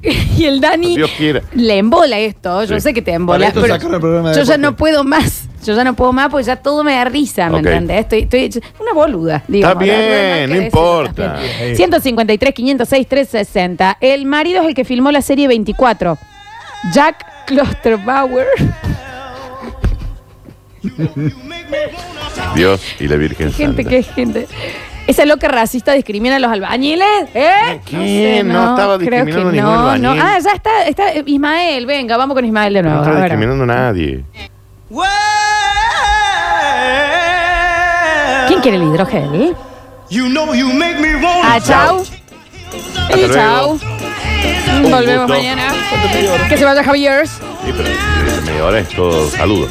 Y el Dani Dios quiera. le embola esto. Yo Sí. sé que te embola. Para esto pero sacaron el programa de yo ya deporte. no puedo más. Yo ya no puedo más porque ya todo me da risa, ¿me Ok. entendés? Estoy, estoy hecha una boluda. Digo, Está bien, no importa. 153, 506, 360. El marido es el que filmó la serie 24. Jack Klosterbauer. Dios y la Virgen Gente Santa. que es gente. Esa loca racista discrimina a los albañiles, ¿eh? ¿Qué? No estaba creo que discriminando a ningún no, albañil. no. Ah, ya está, está eh, Ismael, venga, vamos con Ismael de No nuevo. está a ver. discriminando a nadie. ¿Quién quiere el hidrogel? You know you make me want Ah, chau. Hasta Y luego. chau. Un Volvemos gusto. mañana. Que se vaya Javier. Sí, pero eh, media hora es todo saludo.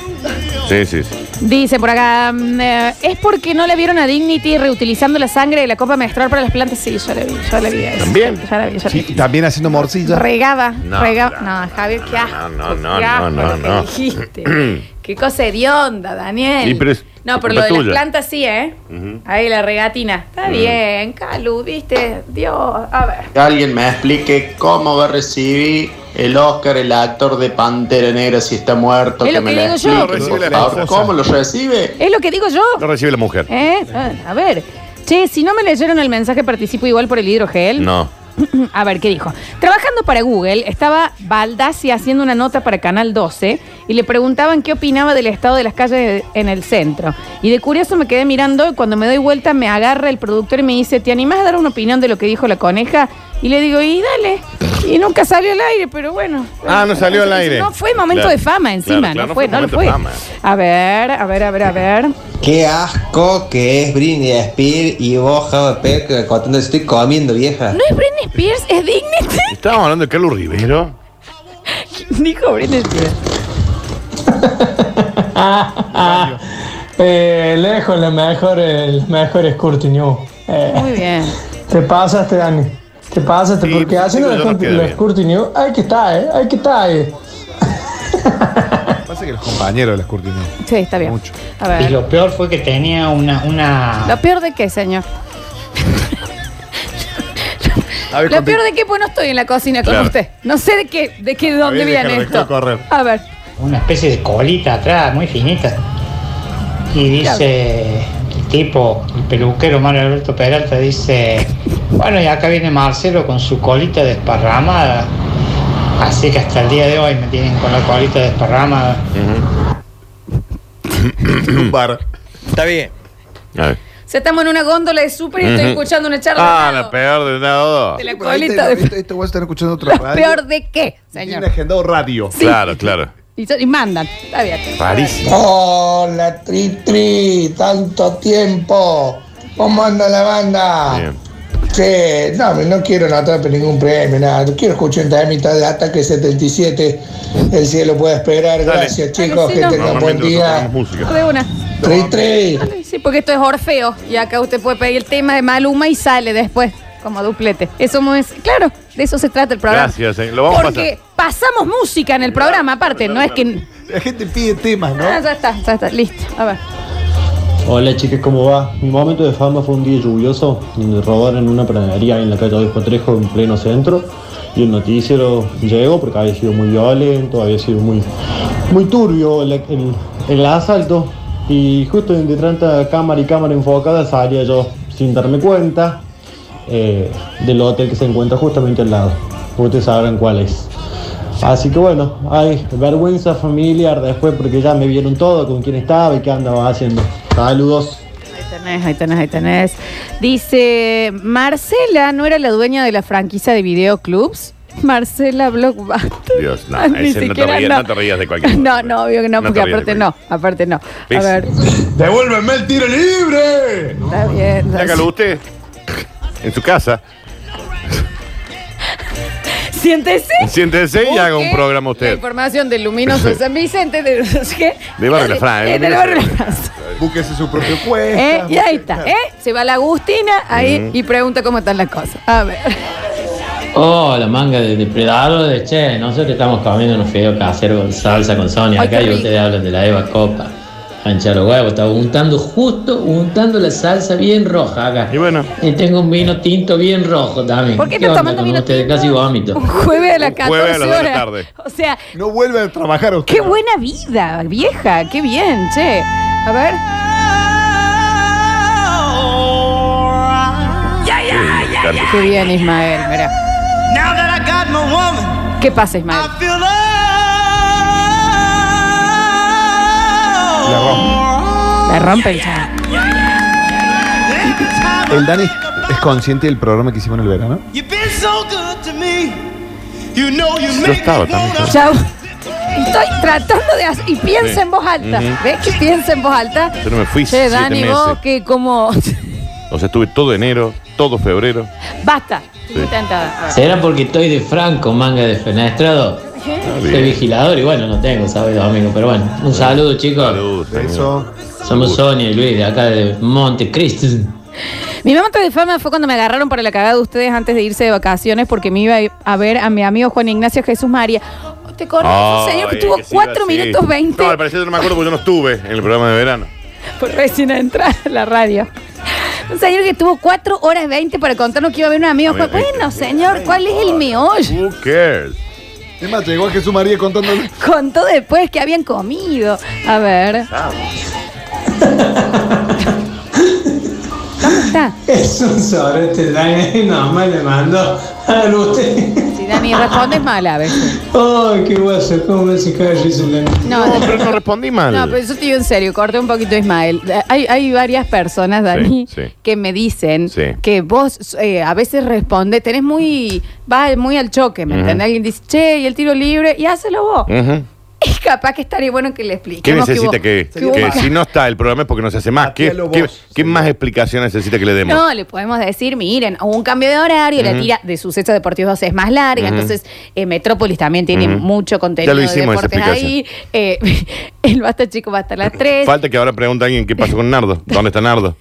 Sí, sí, sí. Dice por acá, mm, eh, ¿es porque no le vieron a Dignity reutilizando la sangre de la copa menstrual para las plantas? Sí, yo la vi, yo la vi. eso. También. Ya la vi, ya la vi. Sí, también haciendo morcilla. Regada, No, regada. no, No, Javier, qué no, asco. no, no, qué asco no, lo que no. dijiste. qué cosa hedionda, Daniel. Y pero es no, pero culpa lo de las tuya. plantas sí, ¿eh? Ujú. Ahí la regatina. Está bien, Calu, viste. Dios, a ver. Que alguien me explique cómo va a recibir el Oscar el actor de Pantera Negra si está muerto. Es que lo me que lo digo yo. expliquen, Recibe por la favor. esposa. ¿Cómo lo recibe? Es lo que digo yo. Lo recibe la mujer. ¿Eh? Ah, A ver. Che, si no me leyeron el mensaje, participo igual por el hidrogel. No. A ver, ¿qué dijo? Trabajando para Google, estaba Baldassi haciendo una nota para Canal 12 y le preguntaban qué opinaba del estado de las calles en el centro. Y de curioso me quedé mirando y cuando me doy vuelta me agarra el productor y me dice, ¿te animás a dar una opinión de lo que dijo la coneja? Y le digo, y dale. Y nunca salió al aire, pero bueno. Ah, no salió al aire. No fue momento Claro. de fama encima, Claro, claro, no fue, no lo momento fue. de fama. A ver, a ver, a ver, a ver. Qué asco que es Britney Spears y vos, Java Peck, contando estoy comiendo, vieja. ¿No es Britney Spears? ¿Es Dignity? Estábamos hablando de Carlos Rivero. dijo Britney Spears? Eh, lejos, la mejor, el mejor es Curti New. Eh, Muy bien. te pasaste, Dani. Te pasaste, Sí, pues, porque sí, haciendo pero la yo no gente queda lo bien. es Curti New, hay que estar, eh, hay que estar. eh. Pasa que los compañeros de las cortinas. Sí, está bien. Mucho. A ver. Y lo peor fue que tenía una. una... ¿Lo peor de qué, señor? A ver, ¿Lo conté- peor de qué? Pues no estoy en la cocina con Claro. usted. No sé de qué, de qué, de dónde Javier, viene déjalo, esto. déjalo correr. A ver. una especie de colita atrás, muy finita. Y dice el tipo, el peluquero Mario Alberto Peralta, dice, bueno, y acá viene Marcelo con su colita desparramada. Así que hasta el día de hoy me tienen con la colita desparramada. un bar. Está bien. A ver. O sea, estamos en una góndola de súper y estoy Ujú. escuchando una charla. Ah, al lado la peor de nada. De la Bueno, ahí colita te- de... ahí te voy a estar escuchando otra ¿Lo radio. peor de qué, Tienen señor? agendado radio. Claro, claro. Y, so- y mandan. Está bien. París. Hola, Tri Tri, tanto tiempo. ¿Cómo anda la banda? Bien. Che, no, hombre, no quiero notar ningún premio, nada. Quiero escuchar un temita de Ataque 77. El cielo puede esperar. Dale. Gracias, Dale, chicos. sí, Que no. tengan buen Normalmente nosotros día. tenemos música. De una. Tri Tri. Sí, porque esto es Orfeo. Y acá usted puede pedir el tema de Maluma y sale después como duplete. Eso no es. Claro, de eso se trata el programa. Gracias, eh. Lo vamos a Porque pasamos música en el programa, aparte. No es que. La gente pide temas, ¿no? Ah, ya está, ya está, listo. A ver. Hola chicas, ¿cómo va? Mi momento de fama fue un día lluvioso donde robaron una panadería en la calle Adolfo Trejo en pleno centro y el noticiero llegó porque había sido muy violento, había sido muy, muy turbio el, el- el asalto y justo entre tanta cámara y cámara enfocada salía yo sin darme cuenta eh, del hotel que se encuentra justamente al lado. Ustedes sabrán cuál es. Así que bueno, hay vergüenza familiar después porque ya me vieron todo con quién estaba y qué andaba haciendo. Saludos. Ahí tenés, ahí tenés, ahí tenés. Dice, Marcela no era la dueña de la franquicia de videoclubs. Marcela Blockbuster. Dios, no, Ni ese no, te siquiera rías, no. te rías de cualquier No, cosa. no, obvio que no, te porque rías de aparte cualquier- no, aparte no. A ¿Ves? ver, ¡Devuélveme el tiro libre! está bien. Hágalo usted. En su casa. Siéntese. Siéntese y Busque haga un programa La usted. información del luminoso San Vicente, de no sé qué. De Barrio La Fraga, Eh, de del Barrio La Fraga. Fraga. Búsquese su propio puesto. Eh, y ahí está, ¿eh? Se va la Agustina ahí y pregunta cómo están las cosas. A ver. Hola Oh, manga de depredador de che, nosotros estamos comiendo unos fideos caseros con salsa con Sonia Ay, qué acá y rico. ustedes hablan de la Eva Copa. a hinchar los huevos. Estaba untando, justo untando la salsa bien roja acá. Y bueno. Y tengo un vino tinto bien rojo también. ¿Por qué está estás tomando vino ustedes? Casi vómito. Un jueves a las 14 jueves a las dos de la horas. tarde. O sea, No vuelve a trabajar usted. qué buena vida, vieja. Qué bien, che. A ver. Qué bien, Ismael, mira. ¿Qué pasa, Ismael? La rompe. La rompe el chat. El Dani es consciente del programa que hicimos en el verano. You've been so good to me. You know you Yo make estaba me wanna- también. Chau. Estoy tratando de hacer. Y piensa Sí. en voz alta. Ujú. ¿Ves que piensa en voz alta? Yo no me fui Che, siete Dani, vos meses. que como. O sea, estuve todo enero, todo febrero. Basta. Estoy muy tentada. A ver. ¿Será porque estoy de franco, manga de fenestrado? Soy vigilador y bueno, no tengo, ¿sabes, Domingo? Pero bueno, un saludo, chicos. Beso. Somos Sonia y Luis de acá de Montecristo. Mi momento de fama fue cuando me agarraron para la cagada de ustedes antes de irse de vacaciones porque me iba a ir a ver a mi amigo Juan Ignacio Jesús María. ¿Te acordás de ese señor que Ay, tuvo se iba 4 así. minutos 20 No, al parecer yo no me acuerdo porque yo no estuve en el programa de verano. por recién a entrar a la radio? Un señor que tuvo 4 horas 20 para contarnos que iba a ver un amigo. Amigo, este, Juan. pues, Bueno, señor, ¿cuál es el meollo? Who cares? Es más, llegó Jesús María contándole. Contó después que habían comido. A ver. ¿Dónde está? Es un sorete, Dani. Nomás le mando a usted. Si Dani respondes mal a veces. Ay, qué guaso, cómo me hace callar ese Dani. No, No, pero no respondí mal. No, pues, pero yo te digo en serio, corté un poquito Ismael. Eh, Hay, hay varias personas, Dani, sí. que me dicen Sí. que vos eh, a veces respondes, tenés muy, va muy al choque, ¿me Ujú. entendés? Alguien dice, che, y el tiro libre, y hácelo vos. Ujú. Es capaz que estaría bueno que le ¿Qué expliquemos necesita hubo- que, hubo que ca- si no está el programa es porque no se hace más? ¿Qué, Hacelo qué- vos, qué más explicación necesita que le demos? No, le podemos decir, miren, hubo un cambio de horario, la Ujú. tira de sucesos deportivos 12 es más larga, Ujú. entonces eh, Metrópolis también tiene Ujú. mucho contenido Ya lo hicimos, de esa deportes ahí. Eh, el Basta Chico va hasta las 3. Falta que ahora pregunte a alguien qué pasó con Nardo. ¿Dónde está Nardo?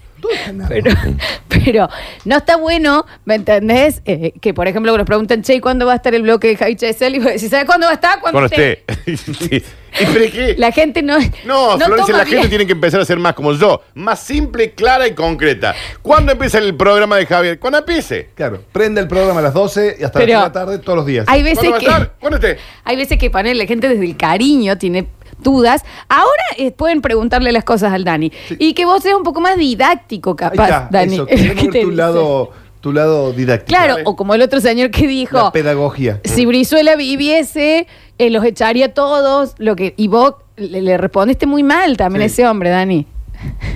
Pero no está bueno, ¿me entendés? Eh, que por ejemplo nos preguntan, che, ¿y ¿cuándo va a estar el bloque de Javi Chesel? Y vos decís, ¿sabes cuándo va a estar? Cuando Con esté. usted. Sí. ¿Y pero qué? La gente no. No, Florencia, toma la bien. gente tiene que empezar a ser más como yo, más simple, clara y concreta. ¿Cuándo empieza el programa de Javier? Cuando empiece. Claro, prende el programa a las 12 y hasta Pero- las 3 de la tarde todos los días. Hay veces ¿Cuándo va a que. estar? ¿Cuándo esté? Hay veces que poner la gente desde el cariño tiene dudas. Ahora eh, pueden preguntarle las cosas al Dani. Y que vos seas un poco más didáctico, Ahí capaz, está, Dani. eso, Es lo queremos que te ver tu dice. lado, tu lado didáctico. Claro, o como el otro señor que dijo, La pedagogía. si Brizuela viviese, eh, los echaría a todos. Lo que, y vos le, le respondiste muy mal también a Sí. ese hombre, Dani.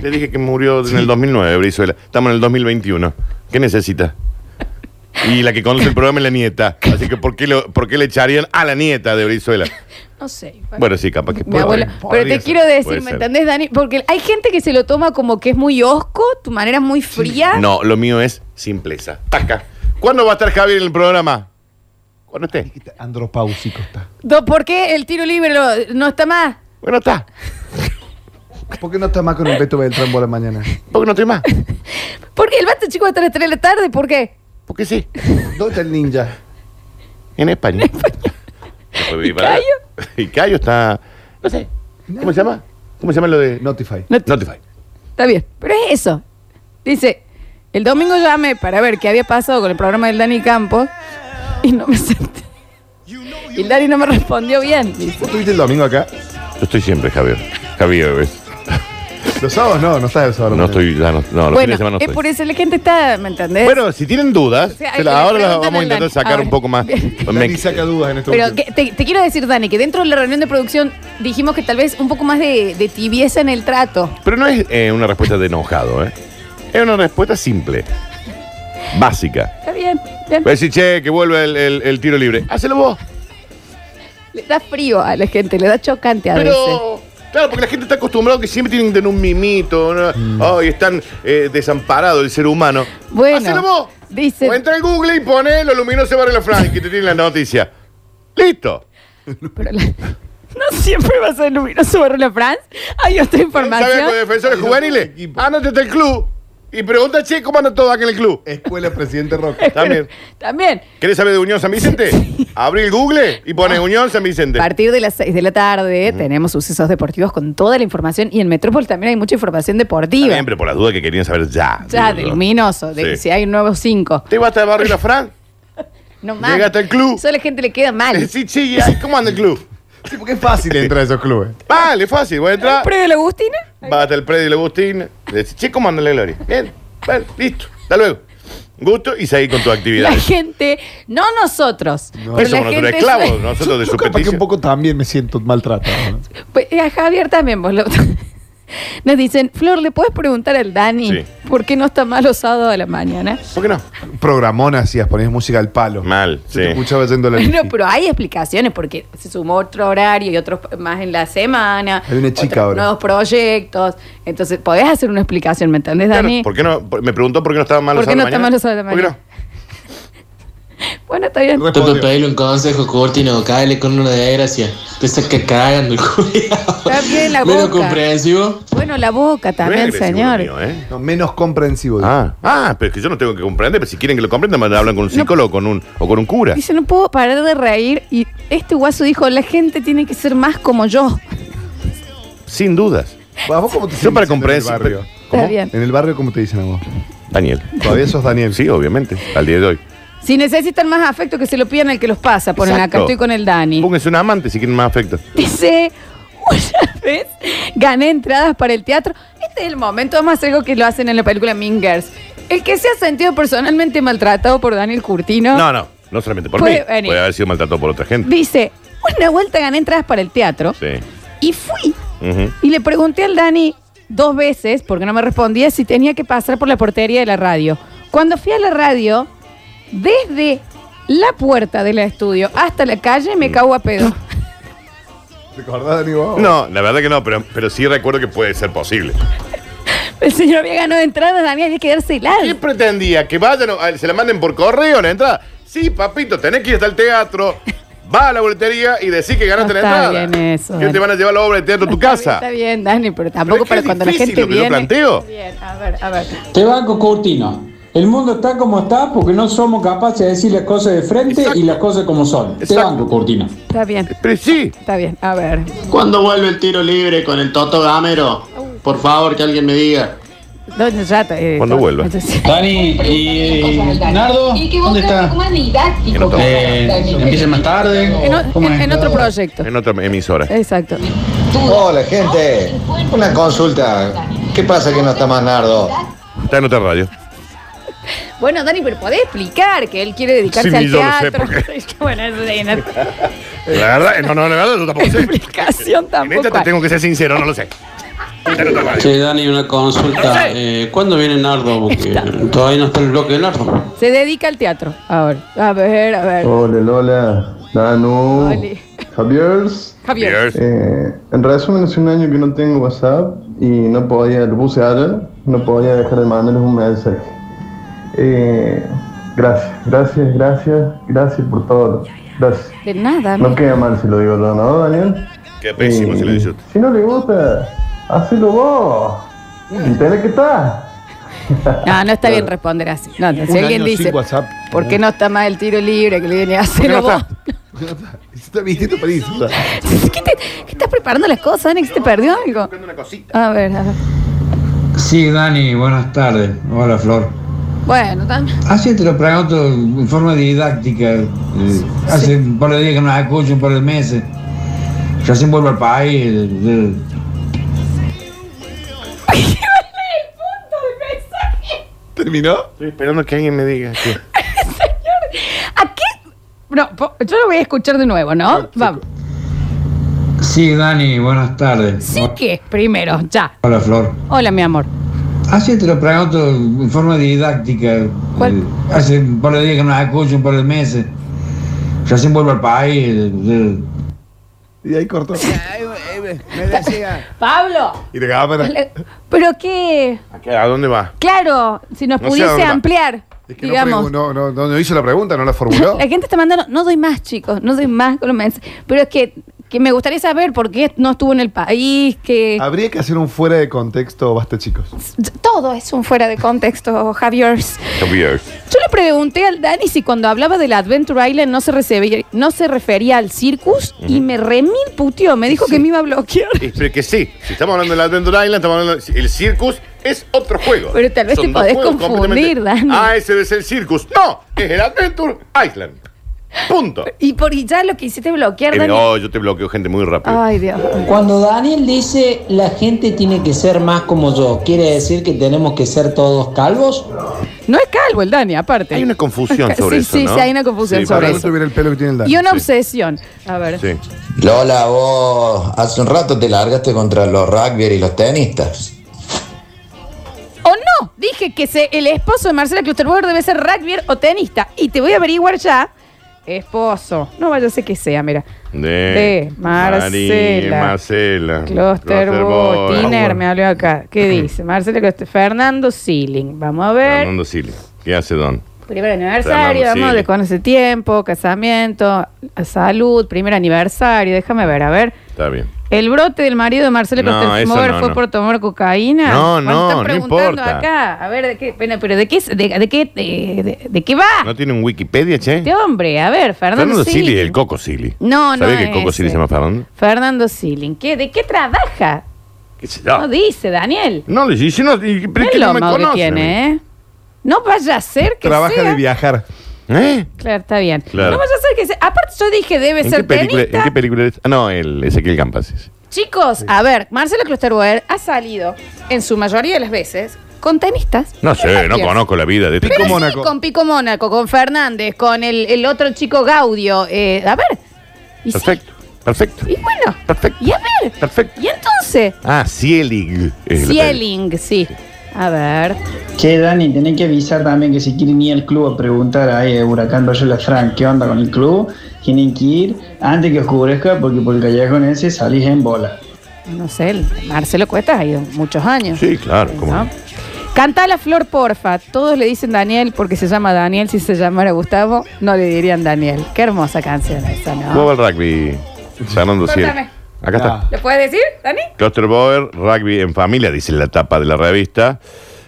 Le dije que murió en el 2009, Brizuela. Estamos en el 2021. ¿Qué necesita? Y la que conoce el programa es la nieta. Así que, ¿por qué, lo- por qué le echarían a la nieta de Brizuela? No sé. Bueno, sí, capaz que Mi abuela. Pero te quiero decir, ¿me entendés, Dani? Porque hay gente que se lo toma como que es muy osco, tu manera es muy fría. No, lo mío es simpleza. Taca. ¿Cuándo va a estar Javier en el programa? Cuando esté. Andropáusico está. Do- ¿Por qué el tiro libre lo- no está más? Bueno, está. ¿Por qué no está más con el Beto Beltrán por la mañana? Porque no estoy más. Porque el bate chico hasta las 3 de la tarde, ¿por qué? Porque sí. ¿Dónde está el ninja? En España. Después viví para- Cayo? Y Cayo está. No sé. ¿Cómo se llama? ¿Cómo se llama lo de Notify. Notify? Está bien, pero es eso. Dice, el domingo llamé para ver qué había pasado con el programa del Dani Campos y no me senté. Y el Dani no me respondió bien. dice. ¿Vos estuviste el domingo acá? Yo estoy siempre, Javier. Javier, ¿ves? Los sábados no, no estás el sábado. No estoy. ya no, no, los fines de Bueno, semana no es estoy. por eso la gente está, ¿me entendés? Bueno, si tienen dudas, O sea, hay se la- que ahora las preguntarle vamos a al intentar Dani. sacar Ahora. un poco más. Me- Dani saca dudas en este Pero momento. que- te, te quiero decir, Dani, que dentro de la reunión de producción dijimos que tal vez un poco más de, de tibieza en el trato. Pero no es eh, una respuesta de enojado, ¿eh? Es una respuesta simple. Básica. Está bien, bien. Voy a decir, che, que vuelve el, el- el tiro libre. Hacelo vos. Le da frío a la gente, le da chocante a veces. Pero. Claro, porque la gente está acostumbrada que siempre tienen que tener un mimito. ¿no? Ay, están eh, desamparados el ser humano. Mm. Bueno, Hacelo vos. dice- O entra en Google y pone lo luminoso barrio la Frank y te tiene la noticia. ¡Listo! Pero la- no siempre va a ser luminoso Barrio La France. Hay otra ¿Sabes información. los defensores juveniles? Anótate el club. Y pregunta, che, ¿cómo anda todo acá en el club? Escuela Presidente Roca. También. También. ¿Querés saber de Unión San Vicente? Abrí el Google y Ah, pone Unión San Vicente. A partir de las 6 de la tarde tenemos sucesos deportivos con toda la información y en Metrópol también hay mucha información deportiva. Siempre por las dudas que querían saber ya. Ya, del minoso, de Sí. que si hay un nuevo 5. ¿Te vas hasta el barrio La Fran? No más. Llegaste al club. Eso a la gente le queda mal. Sí, sí, ay, ¿cómo anda el club? Sí, porque es fácil entrar a esos clubes. Vale, fácil. Voy a entrar. ¿Predio de la Agustina? Va hasta el predio de la Agustina. Le decís, che, ¿cómo anda la gloria? Bien, bueno, listo. Hasta luego. Gusto y seguir con tu actividad. La gente, no nosotros. pero la Eso somos nosotros gente esclavos, suele- nosotros de Yo su capaz que petición. un poco también me siento maltratado. ¿no? Pues, eh, a Javier también, vos lo- Nos dicen, Flor, ¿le puedes preguntar al Dani Sí. por qué no está mal los sábados de la mañana? ¿Por qué no? Programón hacías, ponías música al palo. Mal, sí. Te escuchaba yendo a la No, pero hay explicaciones porque se sumó otro horario y otros más en la semana. Hay una chica otros ahora. Nuevos proyectos. Entonces, podés hacer una explicación, ¿me entendés, Dani? ¿Por qué no? Por- Me preguntó por qué no estaba mal ¿Por los qué no sábados de está mal mañana. los sábados de la mañana? bueno, está bien. Tú para pedirle un consejo, Cortino, cáele con una desgracia. Te saca cagando el cuidado. Está bien la Menos boca. comprensivo. Bueno, la boca también, agresivo eh. señor. menos comprensivo. Ah, ah, pero es que yo no tengo que comprender. Pero si quieren que lo comprendan, me hablan con un psicólogo o con un, o con un cura. Dice, no puedo parar de reír. Y este guaso dijo, la gente tiene que ser más como yo. Sin dudas. yo siguen para diciendo comprender. en el barrio? Está bien. ¿En el barrio cómo te dicen a vos? Daniel. ¿Todavía sos Daniel? Sí, obviamente. Al día de hoy. Si necesitan más afecto, que se lo pidan al que los pasa. Ponen Exacto. acá, estoy con el Dani. Pónganse un amante si quieren más afecto. Dice, una vez gané entradas para el teatro. Este es el momento, vamos a hacer algo que lo hacen en la película Mean Girls. El que se ha sentido personalmente maltratado por Daniel Curtino. No, no. No solamente por mí. Puede venir. Puede haber sido maltratado por otra gente. Dice, una vuelta gané entradas para el teatro Sí. y fui. Ujú. Y le pregunté al Dani dos veces, porque no me respondía, si tenía que pasar por la portería de la radio. Cuando fui a la radio, desde la puerta del estudio hasta la calle me cago a pedo. ¿Recordás, Dani, vos? No, la verdad que no, pero, pero sí recuerdo que puede ser posible. El señor había ganado entradas, Dani había que darse ¿Qué pretendía? ¿Que vayan, a- se la manden por correo la entrada? Sí, papito, tenés que ir hasta el teatro, va a la boletería y decís que ganaste No la está entrada. bien eso, ¿Qué Dani. te van a llevar la obra de teatro a tu casa? Está bien, Dani, pero tampoco para Pero es que es cuando la difícil gente lo que yo viene. planteo. Está Bien, a ver, a ver. Te banco, Curtino. El mundo está como está porque no somos capaces de decir las cosas de frente y las cosas como son. Te banco, Curtino. Está bien. Pero sí. Está bien, a ver. ¿Cuándo vuelve el tiro libre con el Toto Gamero? Por favor, que alguien me diga. Doña Rata, eh, Cuando todo- vuelva. entonces- Dani, y- eh, Nardo, ¿dónde está? empieza más tarde. En, o- en- en otro proyecto. En otra emisora. Exacto. Hola, gente. Una consulta. ¿Qué pasa que no está más Nardo? Está en otra radio. Bueno, Dani, pero podés explicar que él quiere dedicarse Sí, al yo lo sé, teatro. porque- Es que bueno, eso sí, no- La verdad, eh, no, no, la verdad, yo tampoco sé. explicación En esta tampoco. te hay. tengo que ser sincero, no lo sé. Está en otra radio. Che, Dani, una consulta. Eh, ¿Cuándo viene Nardo? Porque todavía no está en el bloque de Nardo. Se dedica al teatro. A ver, a ver, a ver. Oh, Hola Lola, Danu, Oli. Javier. Javier. Eh, en resumen, hace un año que no tengo WhatsApp y no podía, lo puse ayer, no podía dejar de mandarles un mensaje. Eh, gracias, gracias, gracias, gracias por todo. Gracias. De nada, No mira. queda mal si lo digo yo, ¿no, Daniel? Qué Eh. pésimo si lo dice usted. Eh, Si no le gusta, hacelo vos. Entendés que está. No, no está bien responder así. No, no, si alguien dice, WhatsApp. ¿por qué no está más el tiro libre que le viene a ¿Por hacer qué a no vos? está? ¿Por qué no está? Está vistiendo para insultar. ¿Qué, te- qué estás preparando las cosas, Dani? ¿Que se te perdió algo? A ver, a ver. Sí, Dani, buenas tardes. Hola, Flor. Bueno, tan- Así te lo pregunto en forma didáctica. eh, Hace un par de días que nos escucho, un par de meses. Yo se vuelvo al país. eh, ¿Terminó? Estoy esperando que alguien me diga. que- No, po- yo lo voy a escuchar de nuevo, ¿no? Vamos. eh. Sí, Dani, buenas tardes. Sí que, primero, ya. Hola, Flor. Hola, mi amor. Así te lo pregunto en forma didáctica. eh, Hace un par de días que nos escucho, un par de meses. Yo se vuelvo al país. eh, eh. Y ahí cortó. Me decía. Pablo, Y de cámara. le- pero qué. ¿A qué- ¿A dónde va? Claro, si nos No sé a pudiese dónde va. ampliar, Que no digamos. pregun- No, no, no, no hizo la pregunta, no la formuló. La gente está mandando, no doy más, chicos, no doy más con los mensajes. Pero es que que me gustaría saber por qué no estuvo en el país, que... Habría que hacer un fuera de contexto, basta, chicos. Todo es un fuera de contexto, Javier. Javier. Yo le pregunté al Dani si cuando hablaba del Adventure Island no se, recebía- no se refería al circus y me remil puteó, me dijo que me iba a bloquear. Y- Pero que sí, si estamos hablando del Adventure Island, estamos hablando del el circus, es otro juego. Pero tal vez te dos podés juegos confundir, completamente- Dani. Ah, ese es el circus. No, es el Adventure Island. Punto. Y por y ya lo que hiciste bloquear, Eh, Dani. oh, yo te bloqueo gente muy rápido. Ay, Dios. Cuando Daniel dice la gente tiene que ser más como yo, ¿quiere decir que tenemos que ser todos calvos? No es calvo el Dani, aparte. Hay una confusión sobre Sí, eso, sí, ¿no? sí, hay una confusión Sí, sobre para que no eso. tuviera el pelo que tiene el Y una obsesión. A ver. Lola, vos hace un rato te largaste contra los rugby y los tenistas. O no, dije que se- el esposo de Marcela Clusterberg debe ser rugby o tenista. Y te voy a averiguar ya. Esposo. No vaya a ser que sea, mira. De Marcela. Marcela. Clusterbo, Clusterboy. Tiner, me habló acá. ¿Qué dice? Marcela Cluster. Fernando Siling. Vamos a ver. Fernando Silva. ¿Qué hace Don? Primer aniversario, Fernando vamos Siling. de con ese tiempo, casamiento, salud, primer aniversario, déjame ver, a ver. Está bien. El brote del marido de Marcelo No, Costermover eso no, fue no. por tomar cocaína. No, Bueno, no, están no preguntando importa. acá. A ver, ¿de qué, bueno, pero de qué, es- de, de qué, de, de- de qué va ¿No tiene un Wikipedia, che? este hombre? A ver, Ah. Fernando, Fernando Siling. Silly, el Coco Silly. No, no ¿Sabés que el es Coco Silly ese. se llama Fernando? Fernando Siling. ¿Qué, ¿De qué trabaja? ¿Qué sé No, yo? dice, Daniel. No, le dice, no, y- pero es Qué que no me lomo que conoce. tiene, ¿eh? No vaya a ser que Trabaja sea- de viajar. ¿Eh? Claro, está bien. Claro. No vaya a ser que sea... Aparte yo dije, debe ¿En ser qué, película, tenista. ¿En qué película es? Ah, no, el Ezequiel Campas. Chicos, a ver, Marcelo Klosterboer ha salido en su mayoría de las veces con tenistas. No sé, no Gracias. conozco la vida de este Pero tipo. sí, con Pico Mónaco, con Fernández, con el, el otro chico Gaudio. eh, a ver, y sí. Perfecto, perfecto, y bueno, perfecto, y a ver, perfecto. y entonces, Ah, Cielig. es la peli. Cieling, sí. A ver. Che, Dani, tenés que avisar también que si quieren ir al club a preguntar a eh, Huracán Rayos Frank qué onda con el club, tienen que ir antes que oscurezca porque por el callejón ese salís en bola. No sé, el Marcelo Cuesta ha ido muchos años. Sí, claro, como ¿No? Canta la flor, porfa. Todos le dicen Daniel porque se llama Daniel. Si se llamara Gustavo, no le dirían Daniel. Qué hermosa canción esa, ¿no? Juega al rugby, Ah. Fernando Ciel. Córtame. Acá está. ¿Lo puedes decir, Dani? Klosterboer, rugby en familia, dice la tapa de la revista.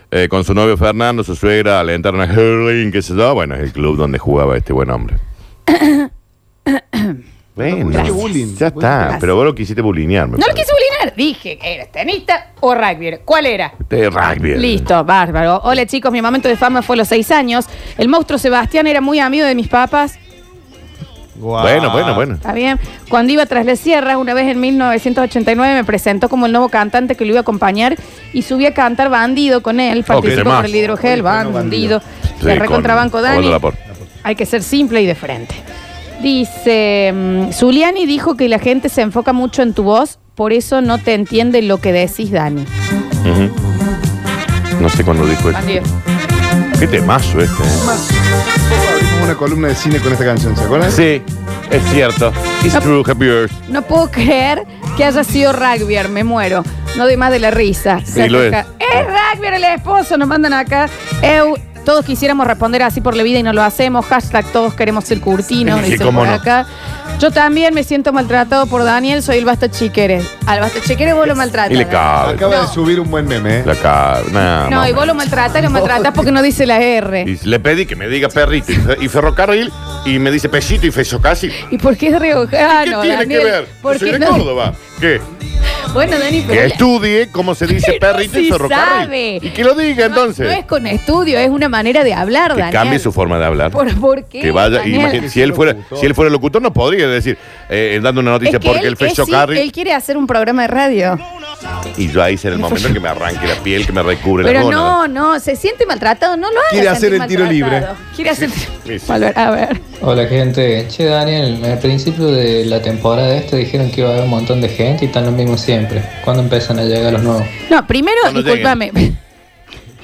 Eh, con su novio Fernando, su suegra, alentaron a Hurling, qué sé yo. Bueno, es el club donde jugaba este buen hombre. Bueno, Gracias. ya está. Gracias. Pero vos lo quisiste bulinear, me No lo quise bulinar. Dije que eres tenista o rugby. ¿Cuál era? parece. Rugby. eh. Listo, bárbaro. Hola chicos, mi momento de fama fue a los seis años. El monstruo Sebastián era muy amigo de mis papás. Bueno, bueno, bueno. Está bien. Cuando iba tras las sierras, una vez en 1989 me presentó como el nuevo cantante que lo iba a acompañar y subí a cantar Bandido con él. Participó temazo. por el hidrogel, Bandido. Sí, la con recontrabanco Dani. Osvaldo Laport. Hay que ser simple y de frente. Dice, mm, Zuliani dijo que la gente se enfoca mucho en tu voz, por eso no te entiende lo que decís, Dani. Ujú. No sé cuándo dijo esto. Bandido. Qué temazo este. ¿eh? Abrimos una columna de cine con esta canción, ¿se acuerdan? Sí, es cierto. It's true, happy earth. No puedo creer que haya sido rugby, me muero. No doy más de la risa. Se lo ataca. es. rugby el esposo, nos mandan acá. Eu, todos quisiéramos responder así por la vida y no lo hacemos. Hashtag todos queremos ser curtinos, Sí, dicen cómo por no. acá. Yo también me siento maltratado por Daniel, soy el basta chiqueres. Al basta chiqueres vos lo maltratas. Y le cabe. Acaba de subir un buen meme, ¿eh? La cabe. Nah, No, mamá. y vos lo maltratas, lo maltratas porque no dice la R. Y le pedí que me diga perrito y fe- y ferrocarril y me dice pechito y fechocasi. ¿Y por qué es ¿Qué riojano, tiene Ah, Daniel? que ver? ¿Por Yo soy qué de no? Córdoba. ¿Qué? Bueno, Dani, pero Que la- estudie cómo se dice Pero perrito si y ferrocarril. sabe. Y que lo diga entonces. no es con estudio, es una manera de hablar, que Daniel. cambie su forma de hablar. ¿Por, por qué? que vaya, Daniel? imagínate, si él fuera, si él fuera locutor no podría decir, eh, dando una Es noticia que porque él, el es- sí, fechocasi él quiere hacer un programa de radio. y yo ahí será el momento en que me arranque la piel, que me recubre la Pero gónada. no, no, se siente maltratado, no lo haga. Quiere hacer sentir el tiro maltratado. Quiere hacer. Volver, a ver. Hola gente, che Daniel, al principio de la temporada esta dijeron que iba a haber un montón de gente y están los mismos siempre. ¿Cuándo empiezan a llegar los nuevos? No, primero, Cuando discúlpame.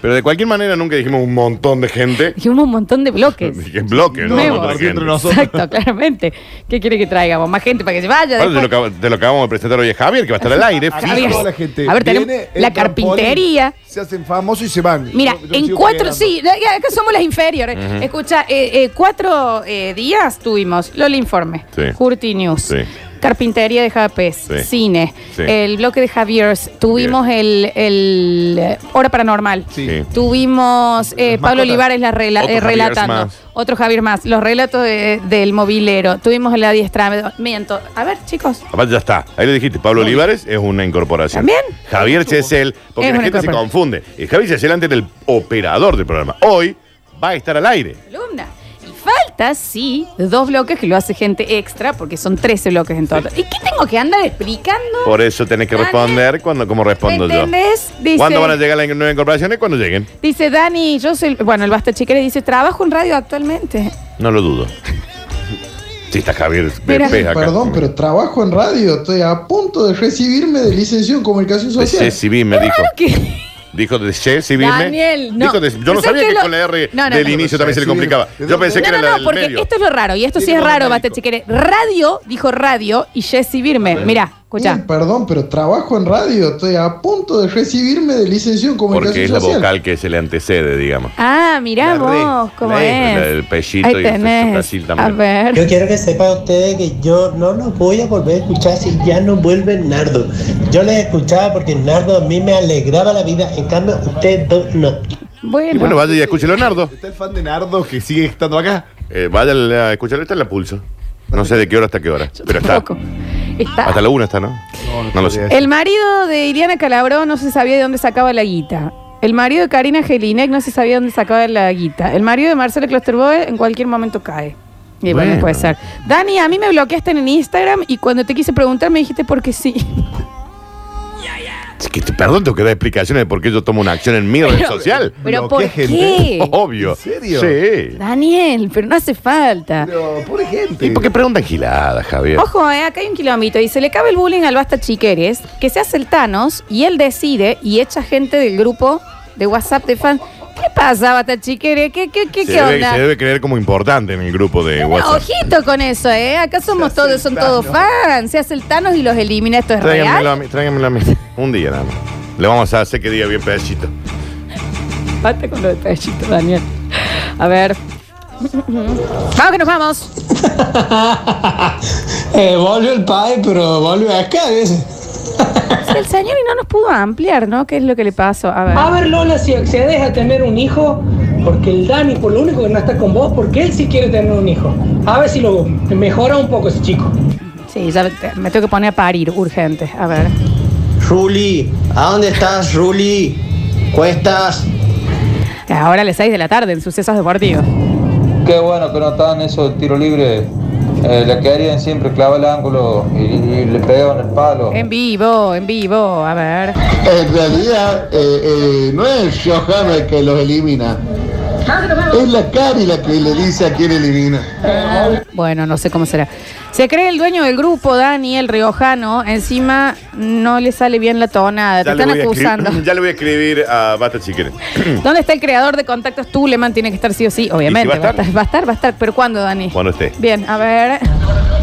Pero de cualquier manera nunca dijimos un montón de gente. Dijimos un montón de bloques. Dije bloque, ¿no? Nuevos. Un montón de gente. Exacto, claramente. ¿qué quiere que traigamos? Más gente para que se vaya. Bueno, te, después. lo acabo- te lo acabamos de presentar hoy a Javier, que va a estar al aire. Acá fijo. toda la gente A ver, tenemos viene, la entran, carpintería. ponen, Se hacen famosos y se van. Mira, Yo- yo en sigo cuatro, quedando. sí, ya- acá somos las inferiores. Ujú. Escucha, eh, eh, cuatro eh, días tuvimos Lola Informe, Sí. Curti News, Sí. Carpintería de Japes, Sí. cine, Sí. el bloque de Javier's, tuvimos el, el, eh, Hora Paranormal, Sí. tuvimos eh, Pablo mascotas. Olivares la rela- Otro eh, Javier's relatando, más. otro Javier más, los relatos de- del movilero, tuvimos el adiestramiento. A ver, chicos, Aparte, ya está. Ahí lo dijiste. Pablo Olivares es una incorporación. ¿También? Javier Chesel. Porque Es la una gente se incorporación. confunde. El Javier Chesel antes del operador del programa. Hoy va a estar al aire. columna. Y falta, sí, dos bloques que lo hace gente extra, porque son 13 bloques en total. ¿Y qué tengo que andar explicando? Por eso tenés que responder cuando, como respondo yo. ¿Entendés? Dice- ¿Cuándo van a llegar las nuevas incorporaciones? Cuando lleguen. Dice Dani, yo soy, bueno, el Basta Chiquere dice, trabajo en radio actualmente. No lo dudo. Sí, está Javier Mira. Pérez acá. Perdón, pero trabajo en radio, estoy a punto de recibirme de licenciado en comunicación De social. Cecibi me dijo. que- Dijo de Cecibi Daniel, no. Dijo de- yo no Pensé sabía que que lo- con la R No, no, del no. inicio también se le complicaba. Yo pensé que no, era no, la no, del porque medio. esto es lo raro, y esto sí es raro, Basta Chiquere. Radio, dijo radio, y Jessy Birme. Mira, Eh, escucha. Perdón, pero trabajo en radio, estoy a punto de recibirme de licenciado en comunicación Porque es la social. vocal que se le antecede, digamos. Ah, mirá vos, cómo La- es. El pellito Ahí y el tenés. pechil A también. ver. Yo quiero que sepa ustedes que yo no los voy a volver a escuchar si ya no vuelve Nardo. Yo les escuchaba porque Nardo a mí me alegraba la vida, en cambio ustedes dos no. Y bueno, vaya y escúchelo, Nardo. ¿Está el fan de Nardo que sigue estando acá? Eh, vaya a escúchalo, está en la pulso. No sé de qué hora hasta qué hora, pero está. Está. Hasta la una está, ¿no? No lo sé. El marido de Iriana Calabró no se sabía de dónde sacaba la guita. El marido de Karina Gelinek no se sabía de dónde sacaba la guita. El marido de Marcelo Klosterboe en cualquier momento cae. Y bueno, Bueno. puede ser. Dani, a mí me bloqueaste en Instagram y cuando te quise preguntar me dijiste porque sí. Es que te- perdón, tengo que dar explicaciones de por qué yo tomo una acción en mi red social. pero ¿por Bloquea qué? Obvio. ¿En serio? Sí. Daniel, pero no hace falta. Pobre gente. ¿Y por qué preguntan giladas, Javier? Ojo, eh, acá hay un kilómetro. Dice, le cabe el bullying al Basta Chiqueres, que se hace el Thanos y él decide y echa gente del grupo de WhatsApp de fans. ¿Qué pasa, Basta Chiqueres? ¿Qué, qué, qué, se, qué debe, onda? se debe creer como importante en el grupo de No, WhatsApp. ojito con eso, ¿eh? Acá somos todos, son todos fans. Se hace el Thanos y los elimina. Esto es Tráiganmelo real. a mí, tráiganmelo a mí. Un día nada más. Le vamos a hacer que diga bien pedacito. Basta con los detallitos, Daniel. A ver. vamos que nos vamos. Eh, volvió el país, pero volvió acá. El señor y no nos pudo ampliar, ¿no? ¿Qué es lo que le pasó? A ver. A ver, Lola, si accedes a tener un hijo, porque el Dani, por lo único que no está con vos, porque él sí quiere tener un hijo. A ver si lo mejora un poco ese chico. Sí, ya te- me tengo que poner a parir urgente. A ver. Ruli, ¿a dónde estás, Ruli? ¿Cuestas? Ahora a las 6 de la tarde en sucesos deportivos. Qué bueno que no estaban esos tiros libres. Eh, la que harían siempre clava el ángulo y, y le pegaban el palo. En vivo, en vivo, a ver. En realidad, eh, eh, no es Johanna el que los elimina. Es la Cari la que le dice a quién elimina. Bueno, no sé cómo será. Se cree el dueño del grupo, Dani, el riojano. Encima no le sale bien la tonada. Te Ya le están voy a escribir- acusando. ya le voy a escribir a Basta Chiquere. ¿Dónde está el creador de contactos? Tuleman tiene que estar sí o sí, obviamente. va a va, a estar? estar, va a estar, va a estar. ¿Pero cuándo, Dani? Cuando esté. Bien, a ver.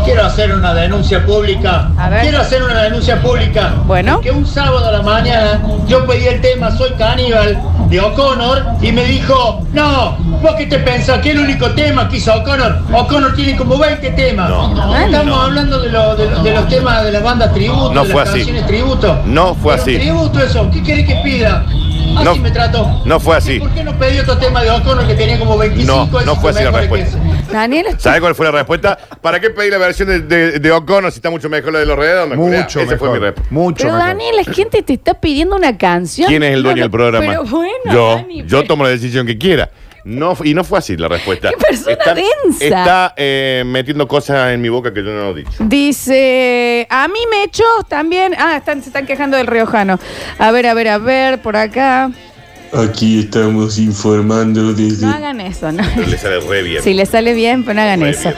Quiero hacer una denuncia pública. Quiero hacer una denuncia pública. Bueno. Que un sábado a la mañana yo pedí el tema Soy caníbal de O'Connor y me dijo, no, vos qué te pensás que el único tema que hizo O'Connor, O'Connor tiene como 20 temas. Estamos No. hablando de, lo- de lo- de los temas de las bandas tributo, No de fue las así. canciones tributo. No fue Pero así. Tributo eso, ¿qué querés que pida? Así No. me trató. No fue así. ¿Por qué no pedí otro tema de O'Connor que tenía como 25? No, no esos fue así la mejores que respuesta. ese? Daniel, ¿Sabes cuál fue la respuesta? ¿Para qué pedí la versión de, de, de O'Connor si está mucho mejor la de los redondos? Mucho Esa fue mi mejor. respuesta. pero Daniel, la gente te está pidiendo una canción. ¿Quién es el dueño No, del programa? Pero bueno, yo, Dani, pues. yo tomo la decisión que quiera. No, fu- y no fue así la respuesta. ¡Qué persona densa! Está eh, metiendo cosas en mi boca que yo no he dicho. Dice, a mí me echó también. Ah, están, se están quejando del riojano. A ver, a ver, a ver, por acá. Aquí estamos informando desde No hagan eso, ¿no? Le sale re bien. Si les sale bien, pero no hagan Muy eso.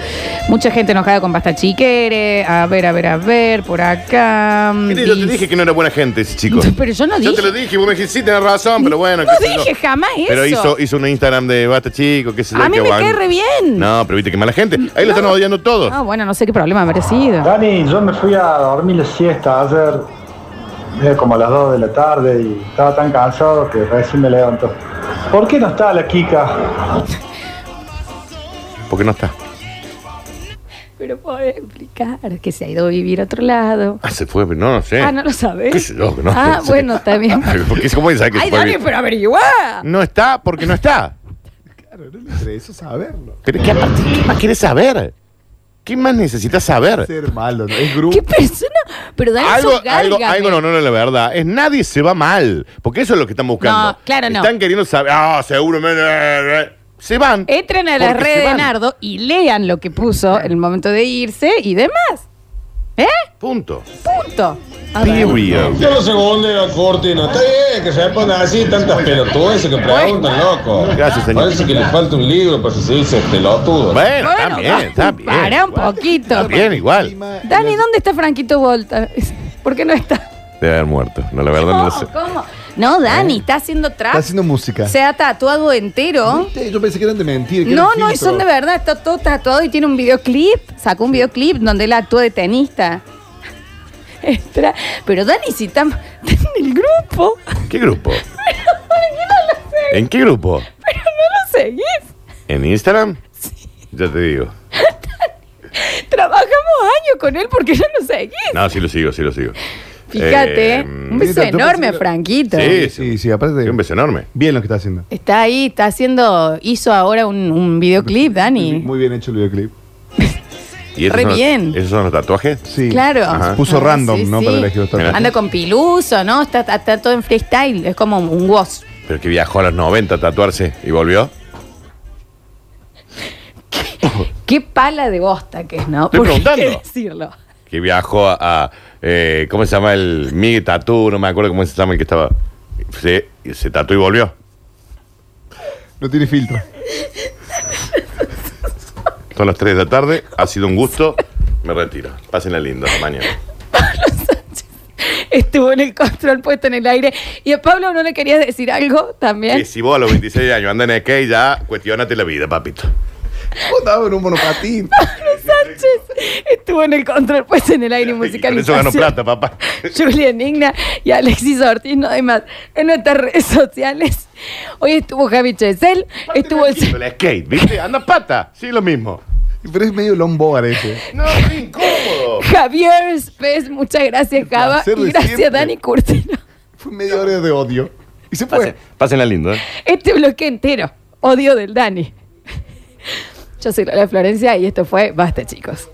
Mucha gente enojada con pasta chiquere. A ver, a ver, a ver, por acá. Mire, yo te Dice- dije que no era buena gente ese chico. Pero yo no Yo dije. te lo dije, vos me dijiste, sí, tenés razón, pero bueno. No qué sé yo. dije jamás Pero eso. hizo, hizo un Instagram de basta chico, qué sé yo. A mí que me van- cae re bien. No, pero viste que mala gente. Ahí lo están odiando todos. Ah, bueno, no sé qué problema habrá sido. Dani, yo me fui a dormir la siesta ayer, medio como a las 2 de la tarde, y estaba tan cansado que recién me levanto. ¿Por qué no está la Kika? Porque no está. Pero podés explicar que se ha ido a vivir a otro lado. Ah, se fue, pero no, no sé. Ah, ¿no lo sabes? ¿Qué sé yo? No, ah, no sé. bueno, está bien. Porque ¿cómo sabe que se Ay, fue a Dani, vivir? pero averigua. No está porque no está. Eso saberlo. Pero ¿qué, aparte, ¿qué más quieres saber? ¿Qué más necesitas saber? Ser malo, ¿no? Es grupo. ¿Qué persona? Pero Dani, Algo, sos algo, gárgame. algo no, no, no, la verdad. Es nadie se va mal. Porque eso es lo que están buscando. No, claro, no. Están queriendo saber. Ah, seguro. me- eh, eh. Se van. Entren a la Porque se red de van. Nardo y lean lo que puso en el momento de irse y demás. ¿Eh? Punto. Punto. A ver. Period. Yo lo segundo la cortina. Está bien que se pongan así tantas pelotudes que preguntan, loco. Gracias, señor. Parece que le falta un libro para seguirse pelotudo. Bueno, Bueno, está bien, va, está bien. Para un poquito. Está bien, igual. Dani, ¿dónde está Franquito Volta? ¿Por qué no está? Debe haber muerto. No, la verdad no lo sé. No, ¿cómo? No, Eh, Dani, está haciendo trap. Está haciendo música. Se ha tatuado entero. ¿Viste? Yo pensé que eran de mentira. que No, eran no, y filtros. son de verdad. Está todo tatuado y tiene un videoclip. Sacó un videoclip donde él actúa de tenista. Extra. Pero Dani, si está, está en el grupo. ¿Qué grupo? Pero, ¿por qué no lo sé? ¿En qué grupo? Pero no lo seguís. ¿En Instagram? Ya te digo. Trabajamos años con él porque no lo seguís. No, sí lo sigo, sí lo sigo. Fíjate. Eh, un beso mira, yo enorme a pensé que- Franquito. Sí, Sí, sí, aparte. Un beso enorme. Bien lo que está haciendo. Está ahí, está haciendo, hizo ahora un, un videoclip, Dani. Muy bien hecho el videoclip. ¿Y esos Re son los- bien. ¿Esos son los tatuajes? Sí. Claro. Ajá. Puso Ah, random, sí, ¿no? sí. Para elegir los tatuajes. Anda con piluso, ¿no? Está, está- está todo en freestyle. Es como un woz. Pero que viajó a los 90 a tatuarse y volvió. Qué pala de bosta que es, ¿no? Estoy Porque hay que preguntando. decirlo. Que viajó a. a, eh, ¿Cómo se llama el Miguel Tatú? No me acuerdo cómo se llama el que estaba. Se, se tatuó y volvió. No tiene filtro. Son las 3 de la tarde. Ha sido un gusto. Me retiro. Pásenla linda. Hasta mañana. Estuvo en el control puesto en el aire. Y a Pablo no le querías decir algo también. Que si vos a los 26 años andas en skate, ya cuestionate la vida, papito. ¿Cómo estaba en un monopatín? Sánchez estuvo en el control puesto en el aire y musical. Con eso gano plata, papá. Julián Igna y Alexis Ortiz, no hay más. En nuestras redes sociales. Hoy estuvo Javi Chesel, estuvo el. El skate, ¿viste? Anda pata. Sí, lo mismo. Pero es medio longboard ese. No, qué incómodo. Javier Spes, muchas gracias, Java. placer de Y gracias, siempre. Dani Curtino. Fue media hora de odio. Y se fue. Pásen- Pásenla lindo, ¿eh? Este bloque entero, odio del Dani. Yo soy Lola Florencia y esto fue Basta, chicos.